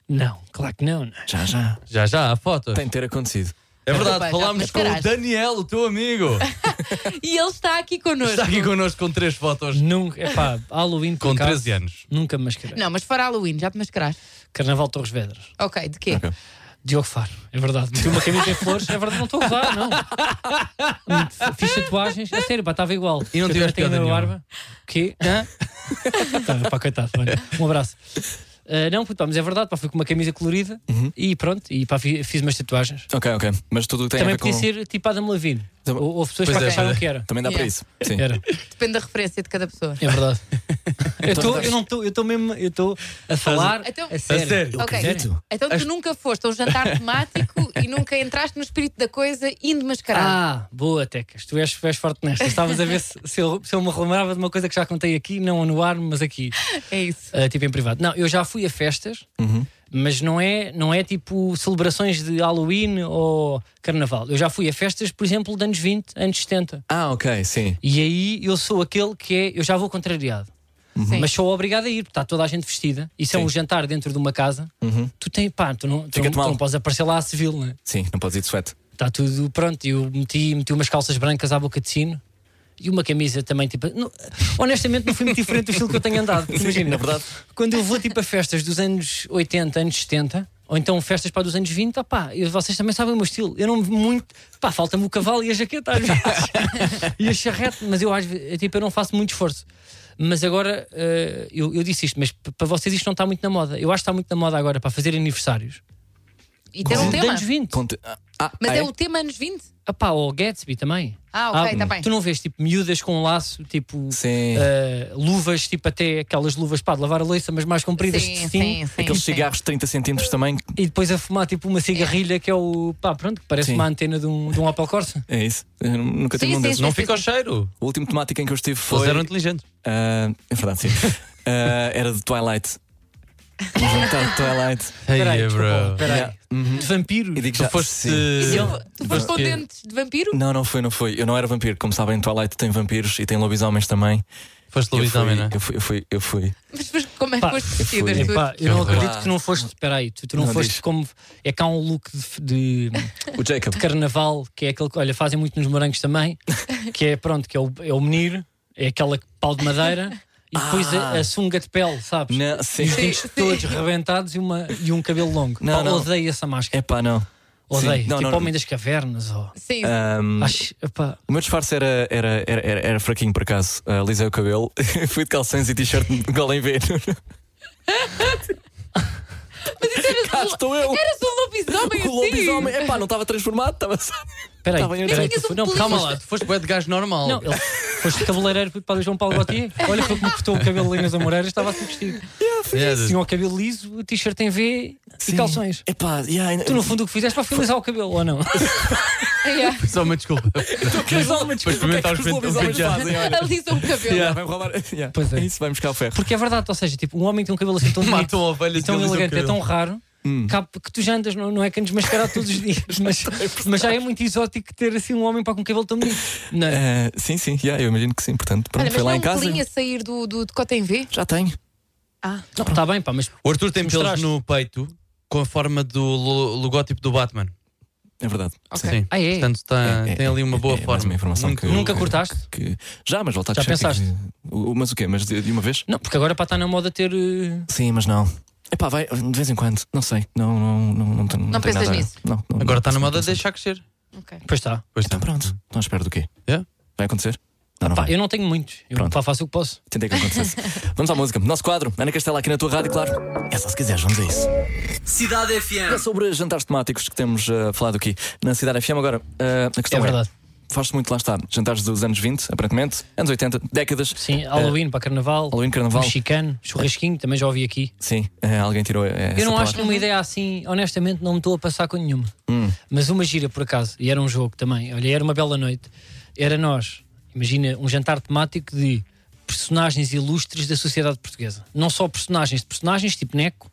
[SPEAKER 6] não, claro que não. é? não.
[SPEAKER 4] Já, já.
[SPEAKER 5] Já, já, há fotos.
[SPEAKER 4] Tem de ter acontecido.
[SPEAKER 5] É
[SPEAKER 3] Opa,
[SPEAKER 5] verdade,
[SPEAKER 3] já
[SPEAKER 5] falámos
[SPEAKER 3] mas
[SPEAKER 5] com o
[SPEAKER 3] caralho.
[SPEAKER 5] Daniel, o teu amigo.
[SPEAKER 3] E ele está aqui connosco.
[SPEAKER 5] Está aqui connosco com três fotos
[SPEAKER 6] Nunca, é pá, Halloween por
[SPEAKER 5] com
[SPEAKER 6] acaso,
[SPEAKER 5] 13 anos.
[SPEAKER 6] Nunca me mascarei.
[SPEAKER 3] Não, mas fora Halloween, já te mascaraste.
[SPEAKER 6] Carnaval de Torres Vedras.
[SPEAKER 3] Ok, de quê?
[SPEAKER 6] Diogo Faro, é verdade. Meti uma camisa em flores, é verdade, não estou a usar, não. Fiz tatuagens, é sério, pá, estava igual.
[SPEAKER 5] E não
[SPEAKER 6] Eu
[SPEAKER 5] tiveste
[SPEAKER 6] agora tenho a minha
[SPEAKER 5] piada nenhuma?
[SPEAKER 6] barba. O quê? Hã? Tá, pá, coitado, olha. Um abraço. Ah, "Ah, não, puto, pá, mas é verdade, pá, fui com uma camisa colorida
[SPEAKER 5] Uhum.
[SPEAKER 6] e pronto, e pá, fi- fiz umas tatuagens.
[SPEAKER 4] Ok, ok. Mas tudo tem a
[SPEAKER 6] Também
[SPEAKER 4] ver com.
[SPEAKER 6] podia ser tipo Adam Levine.
[SPEAKER 4] Também-
[SPEAKER 6] Ou- Houve pessoas
[SPEAKER 5] Pois
[SPEAKER 6] que
[SPEAKER 5] é,
[SPEAKER 6] acharam
[SPEAKER 5] pois é.
[SPEAKER 6] que era.
[SPEAKER 4] Também dá para
[SPEAKER 3] Yeah.
[SPEAKER 4] isso. Sim.
[SPEAKER 6] Era.
[SPEAKER 3] Depende da referência de cada pessoa.
[SPEAKER 6] É verdade. eu, tô,
[SPEAKER 4] Todas.
[SPEAKER 6] eu não estou, eu estou mesmo, eu estou a falar
[SPEAKER 3] Então-
[SPEAKER 6] a sério.
[SPEAKER 5] Então, A
[SPEAKER 3] Ok.
[SPEAKER 5] sério?
[SPEAKER 3] Então tu nunca foste a um jantar temático e nunca entraste no espírito da coisa indo mascarado.
[SPEAKER 6] Ah, boa, Tecas. Tu és, és forte nesta. Estavas a ver se, se eu, se eu me relembrava de uma coisa que já contei aqui, não no ar, mas aqui,
[SPEAKER 3] É isso.
[SPEAKER 6] ah, tipo em privado. Não, eu já fui a festas,
[SPEAKER 4] Uhum.
[SPEAKER 6] mas não é, não é tipo celebrações de Halloween ou Carnaval. Eu já fui a festas, por exemplo, de anos 20, anos 70.
[SPEAKER 4] Ah, ok, sim.
[SPEAKER 6] E aí eu sou aquele que é, eu já vou contrariado.
[SPEAKER 3] Sim.
[SPEAKER 6] Mas sou obrigado a ir, porque está toda a gente vestida. Isso é
[SPEAKER 4] Uhum. Sim. Uhum.
[SPEAKER 6] um jantar dentro de uma casa. Tu, tem, pá, tu, não, tu,
[SPEAKER 4] Fica-te
[SPEAKER 6] não, tu
[SPEAKER 4] mal.
[SPEAKER 6] não podes aparecer lá a civil, né?
[SPEAKER 4] Sim, não podes ir de suéte.
[SPEAKER 6] Está Tá tudo pronto. Eu meti, meti umas calças brancas à boca de sino e uma camisa também, tipo. não- honestamente, não foi muito diferente do estilo que eu tenho andado. porque Imagina,
[SPEAKER 4] na verdade.
[SPEAKER 6] Quando eu vou tipo a festas dos anos 80, anos 70, ou então festas para dos anos 20, ah, pá, eu- vocês também sabem o meu estilo. Eu não me muito. Pá, falta-me o cavalo e a jaqueta às vezes. e a charrete, mas eu às vezes, tipo, eu não faço muito esforço. Mas agora, eh, eu, eu disse isto, mas p- para vocês isto não está muito na moda. Eu acho que está muito na moda agora para fazer aniversários.
[SPEAKER 3] E ter um
[SPEAKER 6] de
[SPEAKER 3] tema.
[SPEAKER 6] anos 20.
[SPEAKER 4] Conte- Ah, ah,
[SPEAKER 3] Mas
[SPEAKER 4] ah,
[SPEAKER 3] é o tema anos 20?
[SPEAKER 6] Ah pá, ou Gatsby também.
[SPEAKER 3] Ah, ok, tá bem.
[SPEAKER 6] Tu não vês tipo miúdas com laço, tipo
[SPEAKER 4] Sim.
[SPEAKER 5] É.
[SPEAKER 6] eh, luvas, tipo até aquelas luvas pá, de lavar a louça, mas mais compridas
[SPEAKER 3] Sim,
[SPEAKER 6] de
[SPEAKER 3] sim,
[SPEAKER 6] sim.
[SPEAKER 3] sim.
[SPEAKER 4] Aqueles
[SPEAKER 3] sim.
[SPEAKER 4] cigarros de 30 centímetros também.
[SPEAKER 6] E depois a fumar tipo uma cigarrilha que é o pá, pronto, que parece
[SPEAKER 4] Sim.
[SPEAKER 6] uma antena de um, de um Opel Corsa.
[SPEAKER 4] É isso? Eu nunca tive
[SPEAKER 3] Sim, sim,
[SPEAKER 4] um desses.
[SPEAKER 3] sim.
[SPEAKER 5] Não fica o
[SPEAKER 6] é
[SPEAKER 5] cheiro.
[SPEAKER 4] O último temático em que eu estive
[SPEAKER 5] Eles
[SPEAKER 4] foi.
[SPEAKER 5] eram inteligentes.
[SPEAKER 4] Ah, é verdade, sim. Ah, era de Twilight. Um jantar de Twilight.
[SPEAKER 5] Hey,
[SPEAKER 6] Peraí, desculpa,
[SPEAKER 5] bro.
[SPEAKER 6] peraí.
[SPEAKER 4] Yeah. Uhum.
[SPEAKER 6] De vampiro?
[SPEAKER 4] E digo
[SPEAKER 5] Tu
[SPEAKER 4] já,
[SPEAKER 5] foste.
[SPEAKER 4] sim.
[SPEAKER 3] Tu foste com
[SPEAKER 5] Porque-
[SPEAKER 3] dentes de vampiro?
[SPEAKER 4] Não, não foi, não foi. Eu não era vampiro. Como sabem, Twilight tem vampiros e tem lobisomens também.
[SPEAKER 5] Foste lobisomem, não é?
[SPEAKER 4] Eu fui, eu fui, eu fui. eu fui.
[SPEAKER 3] Mas depois como é que
[SPEAKER 6] Pá,
[SPEAKER 3] foste
[SPEAKER 4] eu
[SPEAKER 3] vestidas?
[SPEAKER 4] fui.
[SPEAKER 3] tu?
[SPEAKER 6] Pá, eu não
[SPEAKER 5] horror.
[SPEAKER 6] acredito que não foste. Espera aí, tu, tu não,
[SPEAKER 4] Não,
[SPEAKER 6] foste
[SPEAKER 4] diz.
[SPEAKER 6] como. É cá um look de- de
[SPEAKER 4] O Jacob.
[SPEAKER 6] carnaval, que é aquele que, olha, fazem muito nos morangos também, que é pronto, que é o, é o menir, é aquela pau de madeira e depois a, a sunga de pele, sabes?
[SPEAKER 4] Não, sim.
[SPEAKER 6] E os dentes todos rebentados e, uma, e um cabelo longo.
[SPEAKER 4] Não,
[SPEAKER 6] Pá,
[SPEAKER 4] não.
[SPEAKER 6] Odeio essa máscara.
[SPEAKER 4] Epá, não.
[SPEAKER 6] odeio.
[SPEAKER 4] Sim, não,
[SPEAKER 6] tipo
[SPEAKER 4] não. Hum.
[SPEAKER 6] Homem das Cavernas. Ou...
[SPEAKER 3] Sim,
[SPEAKER 4] Ahm,
[SPEAKER 6] Acho, epá,
[SPEAKER 4] O meu disfarce era, era, era, era, era fraquinho por acaso. Ah, alisei o cabelo, fui de calções e t-shirt de gola em V. Cá Ah, estou eu!
[SPEAKER 3] Eras um lobisomem
[SPEAKER 4] O lobisomem,
[SPEAKER 3] assim.
[SPEAKER 4] epá, não estava transformado, estava só.
[SPEAKER 6] peraí,
[SPEAKER 4] Tá bem, eu
[SPEAKER 6] peraí,
[SPEAKER 3] tinha
[SPEAKER 6] tu fo-
[SPEAKER 3] um
[SPEAKER 6] não,
[SPEAKER 3] pulo.
[SPEAKER 6] calma
[SPEAKER 5] Calma
[SPEAKER 6] lá.
[SPEAKER 5] lá, tu foste bué de gajo normal.
[SPEAKER 6] Não, ele foste cabeleireiro para o João Paulo Gautier. Olha como me cortou o cabelo ali nas Amoreiras, estava assim vestido.
[SPEAKER 5] Yeah,
[SPEAKER 6] Tinha o cabelo liso, o t-shirt em V e calções.
[SPEAKER 4] Epá, yeah,
[SPEAKER 6] Tu, no fundo, o que fizeste para finalizar o cabelo, ou não?
[SPEAKER 3] Yeah.
[SPEAKER 5] Só uma desculpa. Para
[SPEAKER 6] é
[SPEAKER 5] experimentar os
[SPEAKER 4] é lobisomens
[SPEAKER 5] penteados.
[SPEAKER 4] fazem, olha.
[SPEAKER 3] Alisam o cabelo.
[SPEAKER 4] Yeah, vai roubar. Yeah.
[SPEAKER 6] Pois é.
[SPEAKER 4] Isso, vai buscar o ferro.
[SPEAKER 6] Porque é verdade, ou seja, tipo, um homem que tem um cabelo assim tão bonito,
[SPEAKER 5] Matam ovelhas
[SPEAKER 6] e tão
[SPEAKER 5] que alisam o
[SPEAKER 6] elegante, é
[SPEAKER 5] cabelo.
[SPEAKER 6] tão raro.
[SPEAKER 4] Hum.
[SPEAKER 6] cabe- Que tu já andas, não, não é que andes mascarado todos os dias, mas, mas já é muito exótico ter assim um homem para com um cabelo tão bonito. Não é?
[SPEAKER 4] Ah, sim, sim, yeah, eu imagino que sim. Portanto, pronto,
[SPEAKER 3] Olha, mas
[SPEAKER 4] foi lá
[SPEAKER 3] não
[SPEAKER 4] em
[SPEAKER 3] um
[SPEAKER 4] casa.
[SPEAKER 3] pelinho a sair do, do decote em V?
[SPEAKER 4] Já tenho.
[SPEAKER 3] Ah,
[SPEAKER 6] Não, está bem, pá, mas
[SPEAKER 5] O Arthur tem pelos
[SPEAKER 6] Mostraste.
[SPEAKER 5] no peito com a forma do lo- logótipo do Batman.
[SPEAKER 4] É verdade. Sim.
[SPEAKER 5] Sim.
[SPEAKER 6] Ah, é?
[SPEAKER 5] Portanto, tá-
[SPEAKER 4] É, é,
[SPEAKER 5] tem ali uma boa
[SPEAKER 4] é, é mais
[SPEAKER 5] forma.
[SPEAKER 4] uma informação
[SPEAKER 5] Muito-
[SPEAKER 4] que-
[SPEAKER 6] nunca cortaste?
[SPEAKER 4] Que... Já, mas volta a
[SPEAKER 6] Já
[SPEAKER 4] crescer,
[SPEAKER 6] pensaste?
[SPEAKER 4] tem que- O- o- Mas o quê? Mas de, de uma vez?
[SPEAKER 6] Não, porque agora pá, está na moda ter. eh,
[SPEAKER 4] Sim, mas não. Epá, vai de vez em quando. Não sei. Não, não, não, não, tenho- não, tenho
[SPEAKER 3] pensas
[SPEAKER 4] nada.
[SPEAKER 3] nisso?
[SPEAKER 4] Não, não,
[SPEAKER 5] Agora está na
[SPEAKER 4] não
[SPEAKER 5] moda de
[SPEAKER 4] penso.
[SPEAKER 5] deixar crescer.
[SPEAKER 3] ok.
[SPEAKER 6] Pois tá. está.
[SPEAKER 5] Pois
[SPEAKER 4] Então
[SPEAKER 5] tá. está.
[SPEAKER 4] pronto. Então espero do quê?
[SPEAKER 5] Yeah.
[SPEAKER 4] Vai acontecer? Não, não
[SPEAKER 6] Pá,
[SPEAKER 4] vai.
[SPEAKER 6] eu não tenho muitos. Eu
[SPEAKER 4] Pronto.
[SPEAKER 6] pá, faço o que posso.
[SPEAKER 4] Tentei que acontecesse. vamos à música. Nosso quadro. Ana Castela aqui na tua rádio, claro. É só se quiseres, vamos a isso.
[SPEAKER 7] Cidade FM.
[SPEAKER 4] É sobre jantares temáticos que temos eh, falado aqui na Cidade FM. Agora, eh, a questão
[SPEAKER 6] É verdade.
[SPEAKER 4] faz-se muito lá está. Jantares dos anos 20, aparentemente, anos 80, décadas.
[SPEAKER 6] Sim, Halloween para carnaval,
[SPEAKER 4] É. Halloween, carnaval.
[SPEAKER 6] mexicano, churrasquinho, também já ouvi aqui.
[SPEAKER 4] Sim, eh, alguém tirou. eh, essa
[SPEAKER 6] Eu não
[SPEAKER 4] palavra.
[SPEAKER 6] acho nenhuma ideia assim, honestamente, não me estou a passar com nenhuma.
[SPEAKER 4] Hum.
[SPEAKER 6] Mas uma gira por acaso, e era um jogo também, olha, era uma bela noite. Era nós, imagina, um jantar temático de personagens ilustres da sociedade portuguesa. Não só personagens de personagens, tipo Neco,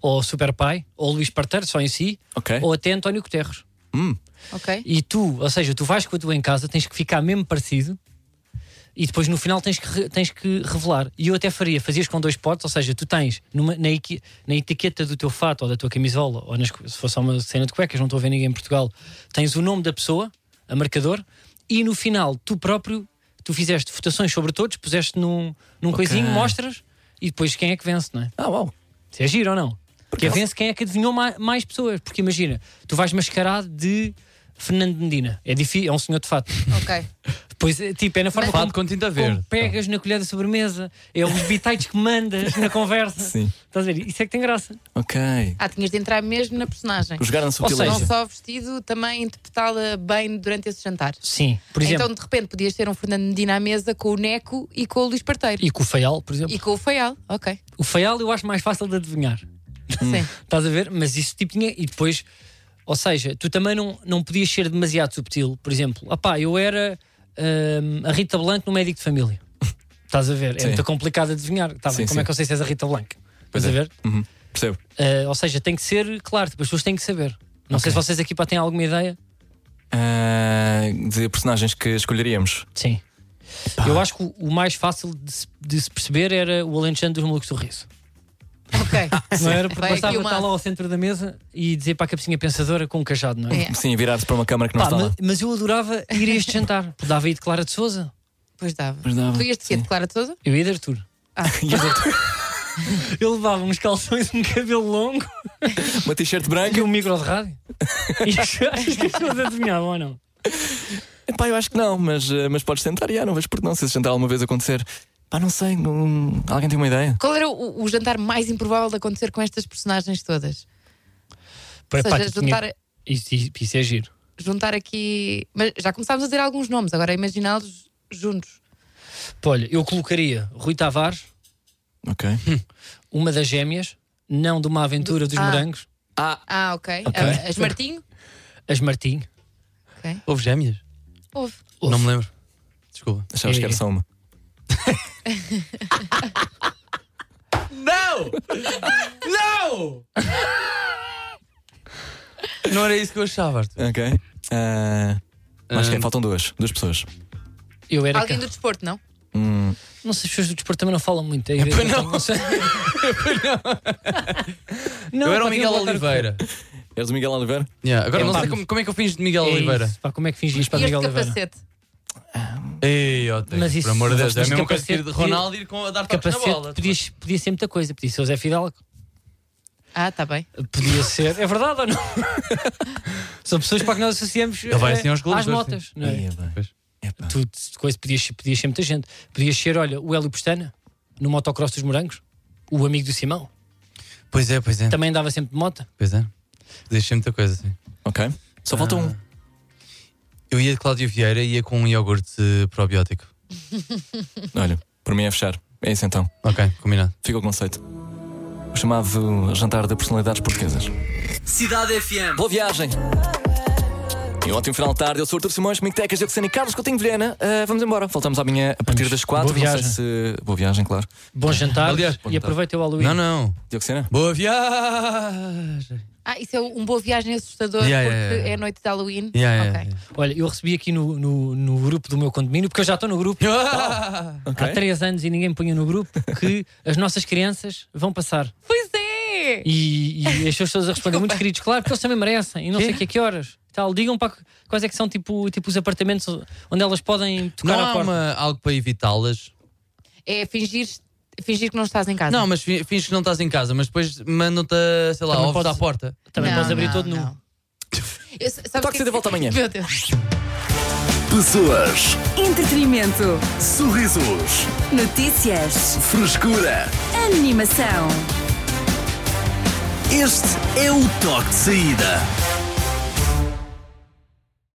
[SPEAKER 6] ou Super Pai, ou Luís Parteiro, só em si,
[SPEAKER 4] Ok.
[SPEAKER 6] ou até António Guterres.
[SPEAKER 3] Ok.
[SPEAKER 6] E tu, ou seja, tu vais com a tua em casa, tens que ficar mesmo parecido e depois no final tens que, re- tens que revelar. E eu até faria, fazias com dois potes, ou seja, tu tens numa- na, equi- na etiqueta do teu fato ou da tua camisola, ou nas cu- se fosse só uma cena de cuecas, não estou a ver ninguém em Portugal, tens o nome da pessoa, a marcador, e no final tu próprio, tu fizeste votações sobre todos, puseste num, num coisinho, mostras e depois quem é que vence, não é?
[SPEAKER 4] Ah, uau.
[SPEAKER 6] Se é giro ou não? Porque vence quem é que adivinhou ma- mais, pessoas. Porque imagina, tu vais mascarado de Fernando de Medina. É difícil, é um senhor de fato.
[SPEAKER 3] Ok.
[SPEAKER 6] Pois é, tipo, é na forma
[SPEAKER 5] Fado
[SPEAKER 6] como,
[SPEAKER 5] com tinta
[SPEAKER 6] como
[SPEAKER 5] verde.
[SPEAKER 6] pegas na colher da sobremesa. É os bitites que mandas na conversa.
[SPEAKER 4] Sim.
[SPEAKER 6] Estás a ver? Isso é que tem graça.
[SPEAKER 4] Ok.
[SPEAKER 3] Ah, tinhas de entrar mesmo na personagem.
[SPEAKER 4] Jogar na
[SPEAKER 3] Não
[SPEAKER 4] subtileza.
[SPEAKER 3] só vestido, também interpretá-la bem durante esse jantar.
[SPEAKER 6] Sim. Por exemplo,
[SPEAKER 3] Então, de repente, podias ter um Fernando Medina à mesa com o Neco e com o Luís Parteiro.
[SPEAKER 6] e com o feial, por exemplo.
[SPEAKER 3] E com o Feial, ok.
[SPEAKER 6] O feial eu acho mais fácil de adivinhar. Hum.
[SPEAKER 3] Sim.
[SPEAKER 6] Estás a ver? Mas isso tipo tinha. E depois, ou seja, tu também não, não podias ser demasiado subtil. Por exemplo, opá, eu era hum, a Rita Blanco no médico de família. Estás a ver? É
[SPEAKER 4] Sim.
[SPEAKER 6] muito complicado adivinhar. Tá bem,
[SPEAKER 4] Sim,
[SPEAKER 6] como
[SPEAKER 4] sim.
[SPEAKER 6] é que eu sei se és a Rita Blanco?
[SPEAKER 4] Pois
[SPEAKER 6] Estás a
[SPEAKER 4] é.
[SPEAKER 6] ver?
[SPEAKER 4] Uhum. Percebo.
[SPEAKER 6] Ah, ou seja, tem que ser claro, tipo, as pessoas têm que saber. Não sei se vocês aqui pá, têm alguma ideia.
[SPEAKER 4] Ah, de personagens que escolheríamos.
[SPEAKER 6] Sim. Eu acho que o, o mais fácil de se, de se perceber era o Alentejano dos Malucos do Riso.
[SPEAKER 3] Ok.
[SPEAKER 6] Não era porque
[SPEAKER 3] Vai aqui
[SPEAKER 6] bastava
[SPEAKER 3] uma-
[SPEAKER 6] estar lá ao centro da mesa e dizer para a cabecinha pensadora com um cajado, não é?
[SPEAKER 3] É.
[SPEAKER 4] Sim, virar-se para uma câmara que não
[SPEAKER 6] Pá,
[SPEAKER 4] está
[SPEAKER 6] ma-
[SPEAKER 4] lá.
[SPEAKER 6] mas, eu adorava ir a este jantar. Dava aí de Clara de Souza.
[SPEAKER 3] Pois dava.
[SPEAKER 4] Mas dava,
[SPEAKER 3] Tu ias de quê?
[SPEAKER 4] sim.
[SPEAKER 3] De Clara de Sousa?
[SPEAKER 6] Eu ia de Arthur. Eu levava uns calções, um cabelo longo
[SPEAKER 4] Uma t-shirt
[SPEAKER 6] e
[SPEAKER 4] branca.
[SPEAKER 6] um micro de rádio. E achas que as pessoas adivinhavam ou não?
[SPEAKER 4] Pá, eu acho que não, mas, ah, mas podes tentar. Já, não vejo por que não. Se esse jantar alguma vez acontecer. Pá, não sei. não- Alguém tem uma ideia?
[SPEAKER 3] Qual era o, o jantar mais improvável de acontecer com estas personagens todas?
[SPEAKER 6] Pá,
[SPEAKER 3] Ou
[SPEAKER 6] pá,
[SPEAKER 3] seja,
[SPEAKER 6] tinha-
[SPEAKER 3] juntar,
[SPEAKER 6] isso, isso- isso é giro.
[SPEAKER 3] juntar aqui. Mas já começámos a dizer alguns nomes, agora imaginá-los juntos.
[SPEAKER 6] Pá, Olha, eu colocaria Rui Tavares,
[SPEAKER 4] Ok.
[SPEAKER 6] uma das gêmeas, não de uma aventura dos
[SPEAKER 3] Ah.
[SPEAKER 6] morangos,
[SPEAKER 3] Ah, ok. Ah, as Martinho?
[SPEAKER 6] as Martim.
[SPEAKER 3] Ok.
[SPEAKER 5] Houve gêmeas?
[SPEAKER 3] Houve.
[SPEAKER 6] Ouve.
[SPEAKER 5] Não me lembro. Desculpa.
[SPEAKER 4] Achavas
[SPEAKER 6] É.
[SPEAKER 4] que era só uma.
[SPEAKER 5] Não era isso que eu achava, Arthur.
[SPEAKER 4] Ok. Ah, mas
[SPEAKER 5] Ah.
[SPEAKER 4] quem? Faltam duas. Duas pessoas.
[SPEAKER 6] Eu era
[SPEAKER 3] Alguém
[SPEAKER 6] cá.
[SPEAKER 3] do desporto, não?
[SPEAKER 4] Hum,
[SPEAKER 6] Não sei, as pessoas do desporto também não falam muito. É,
[SPEAKER 5] pois não.
[SPEAKER 6] sei. não.
[SPEAKER 5] eu era o Miguel
[SPEAKER 6] pá, tinha de botar
[SPEAKER 5] Oliveira.
[SPEAKER 4] eres o Miguel Oliveira?
[SPEAKER 5] Yeah, agora
[SPEAKER 6] É,
[SPEAKER 5] não
[SPEAKER 6] pá,
[SPEAKER 5] sei
[SPEAKER 6] mas-
[SPEAKER 5] como, como é que eu fiz de Miguel
[SPEAKER 6] É
[SPEAKER 5] Oliveira.
[SPEAKER 6] isso, pá, como é que fingias para
[SPEAKER 3] E este
[SPEAKER 6] Miguel Oliveira?
[SPEAKER 3] capacete?
[SPEAKER 5] Ei, ó,
[SPEAKER 6] Mas
[SPEAKER 5] Mas
[SPEAKER 6] isso-
[SPEAKER 5] isso, por amor de Deus, é a
[SPEAKER 6] mas
[SPEAKER 5] mesma coisa que ir
[SPEAKER 6] capacete
[SPEAKER 5] de Ronaldo ir com a dar tapas na bola.
[SPEAKER 6] Capacete, podia, podia ser muita coisa. Podia ser o Zé Fidalgo.
[SPEAKER 3] Ah, tá bem.
[SPEAKER 6] Podia ser. É verdade ou não? São pessoas para que nós associamos
[SPEAKER 5] Ele vai
[SPEAKER 6] eh,
[SPEAKER 5] assim aos Globos
[SPEAKER 6] às
[SPEAKER 5] de Ouro,
[SPEAKER 6] motas. Não é?
[SPEAKER 4] Ia bem.
[SPEAKER 5] Pois.
[SPEAKER 4] Epá.
[SPEAKER 6] Tu, coisa, podias, podias ser muita gente. Podias ser, olha, o Hélio Postana, no motocross dos Morangos, o amigo do Simão.
[SPEAKER 5] Pois é, pois é.
[SPEAKER 6] Também andava sempre de moto.
[SPEAKER 5] Pois é. Deixei muita coisa assim.
[SPEAKER 4] Ok. Só falta um.
[SPEAKER 6] Ah.
[SPEAKER 5] Eu ia de Cláudio Vieira e ia com um iogurte eh, probiótico.
[SPEAKER 4] Olha, por mim é fechar. É isso então.
[SPEAKER 5] Ok, combinado.
[SPEAKER 4] Fica o conceito. O chamado jantar de personalidades portuguesas.
[SPEAKER 7] Cidade FM.
[SPEAKER 4] Boa viagem! E um ótimo final de tarde. Eu sou o Artur Simões, comigo Tecas, Diocesano e Carlos Coutinho Vilhena. Ah, vamos embora. Voltamos amanhã a partir das quatro.
[SPEAKER 6] boa
[SPEAKER 4] Não sei
[SPEAKER 6] viagem.
[SPEAKER 4] se- Boa viagem, claro.
[SPEAKER 6] Bom jantar
[SPEAKER 5] Aliás,
[SPEAKER 6] e aproveita o Halloween.
[SPEAKER 5] Não, não.
[SPEAKER 4] Diocesana?
[SPEAKER 5] Boa viagem!
[SPEAKER 3] Ah, isso é um boa viagem assustador
[SPEAKER 5] Yeah,
[SPEAKER 3] porque
[SPEAKER 5] yeah, yeah.
[SPEAKER 3] é noite de Halloween.
[SPEAKER 5] Yeah,
[SPEAKER 3] ok.
[SPEAKER 5] yeah, yeah.
[SPEAKER 6] Olha, eu recebi aqui no, no, no grupo do meu condomínio, porque eu já estou no grupo
[SPEAKER 4] Ok.
[SPEAKER 6] há três anos e ninguém me punha no grupo, que as nossas crianças vão passar.
[SPEAKER 3] Pois é!
[SPEAKER 6] E, e as pessoas a responder muito queridos, claro, porque eles também merecem, e não sei o que a que horas. Tal, digam para que- quais é que são tipo, tipo os apartamentos onde elas podem tocar
[SPEAKER 5] Não
[SPEAKER 6] à
[SPEAKER 5] há
[SPEAKER 6] porta.
[SPEAKER 5] uma- algo para evitá-las?
[SPEAKER 3] É fingir, fingir que não estás em casa.
[SPEAKER 5] Não, mas fi- finges que não estás em casa, mas depois mandam-te, a, sei lá,
[SPEAKER 6] Também
[SPEAKER 5] ovos
[SPEAKER 6] podes-
[SPEAKER 5] à porta.
[SPEAKER 6] Também
[SPEAKER 3] Não,
[SPEAKER 6] podes abrir
[SPEAKER 3] não,
[SPEAKER 6] todo nu.
[SPEAKER 3] não. Eu, sabes
[SPEAKER 4] Toque
[SPEAKER 3] que-
[SPEAKER 4] Cida volta amanhã.
[SPEAKER 3] Meu Deus.
[SPEAKER 8] Pessoas,
[SPEAKER 2] Entretenimento.
[SPEAKER 8] sorrisos,
[SPEAKER 2] Notícias.
[SPEAKER 8] frescura.
[SPEAKER 2] Animação.
[SPEAKER 8] Este é o toque de saída.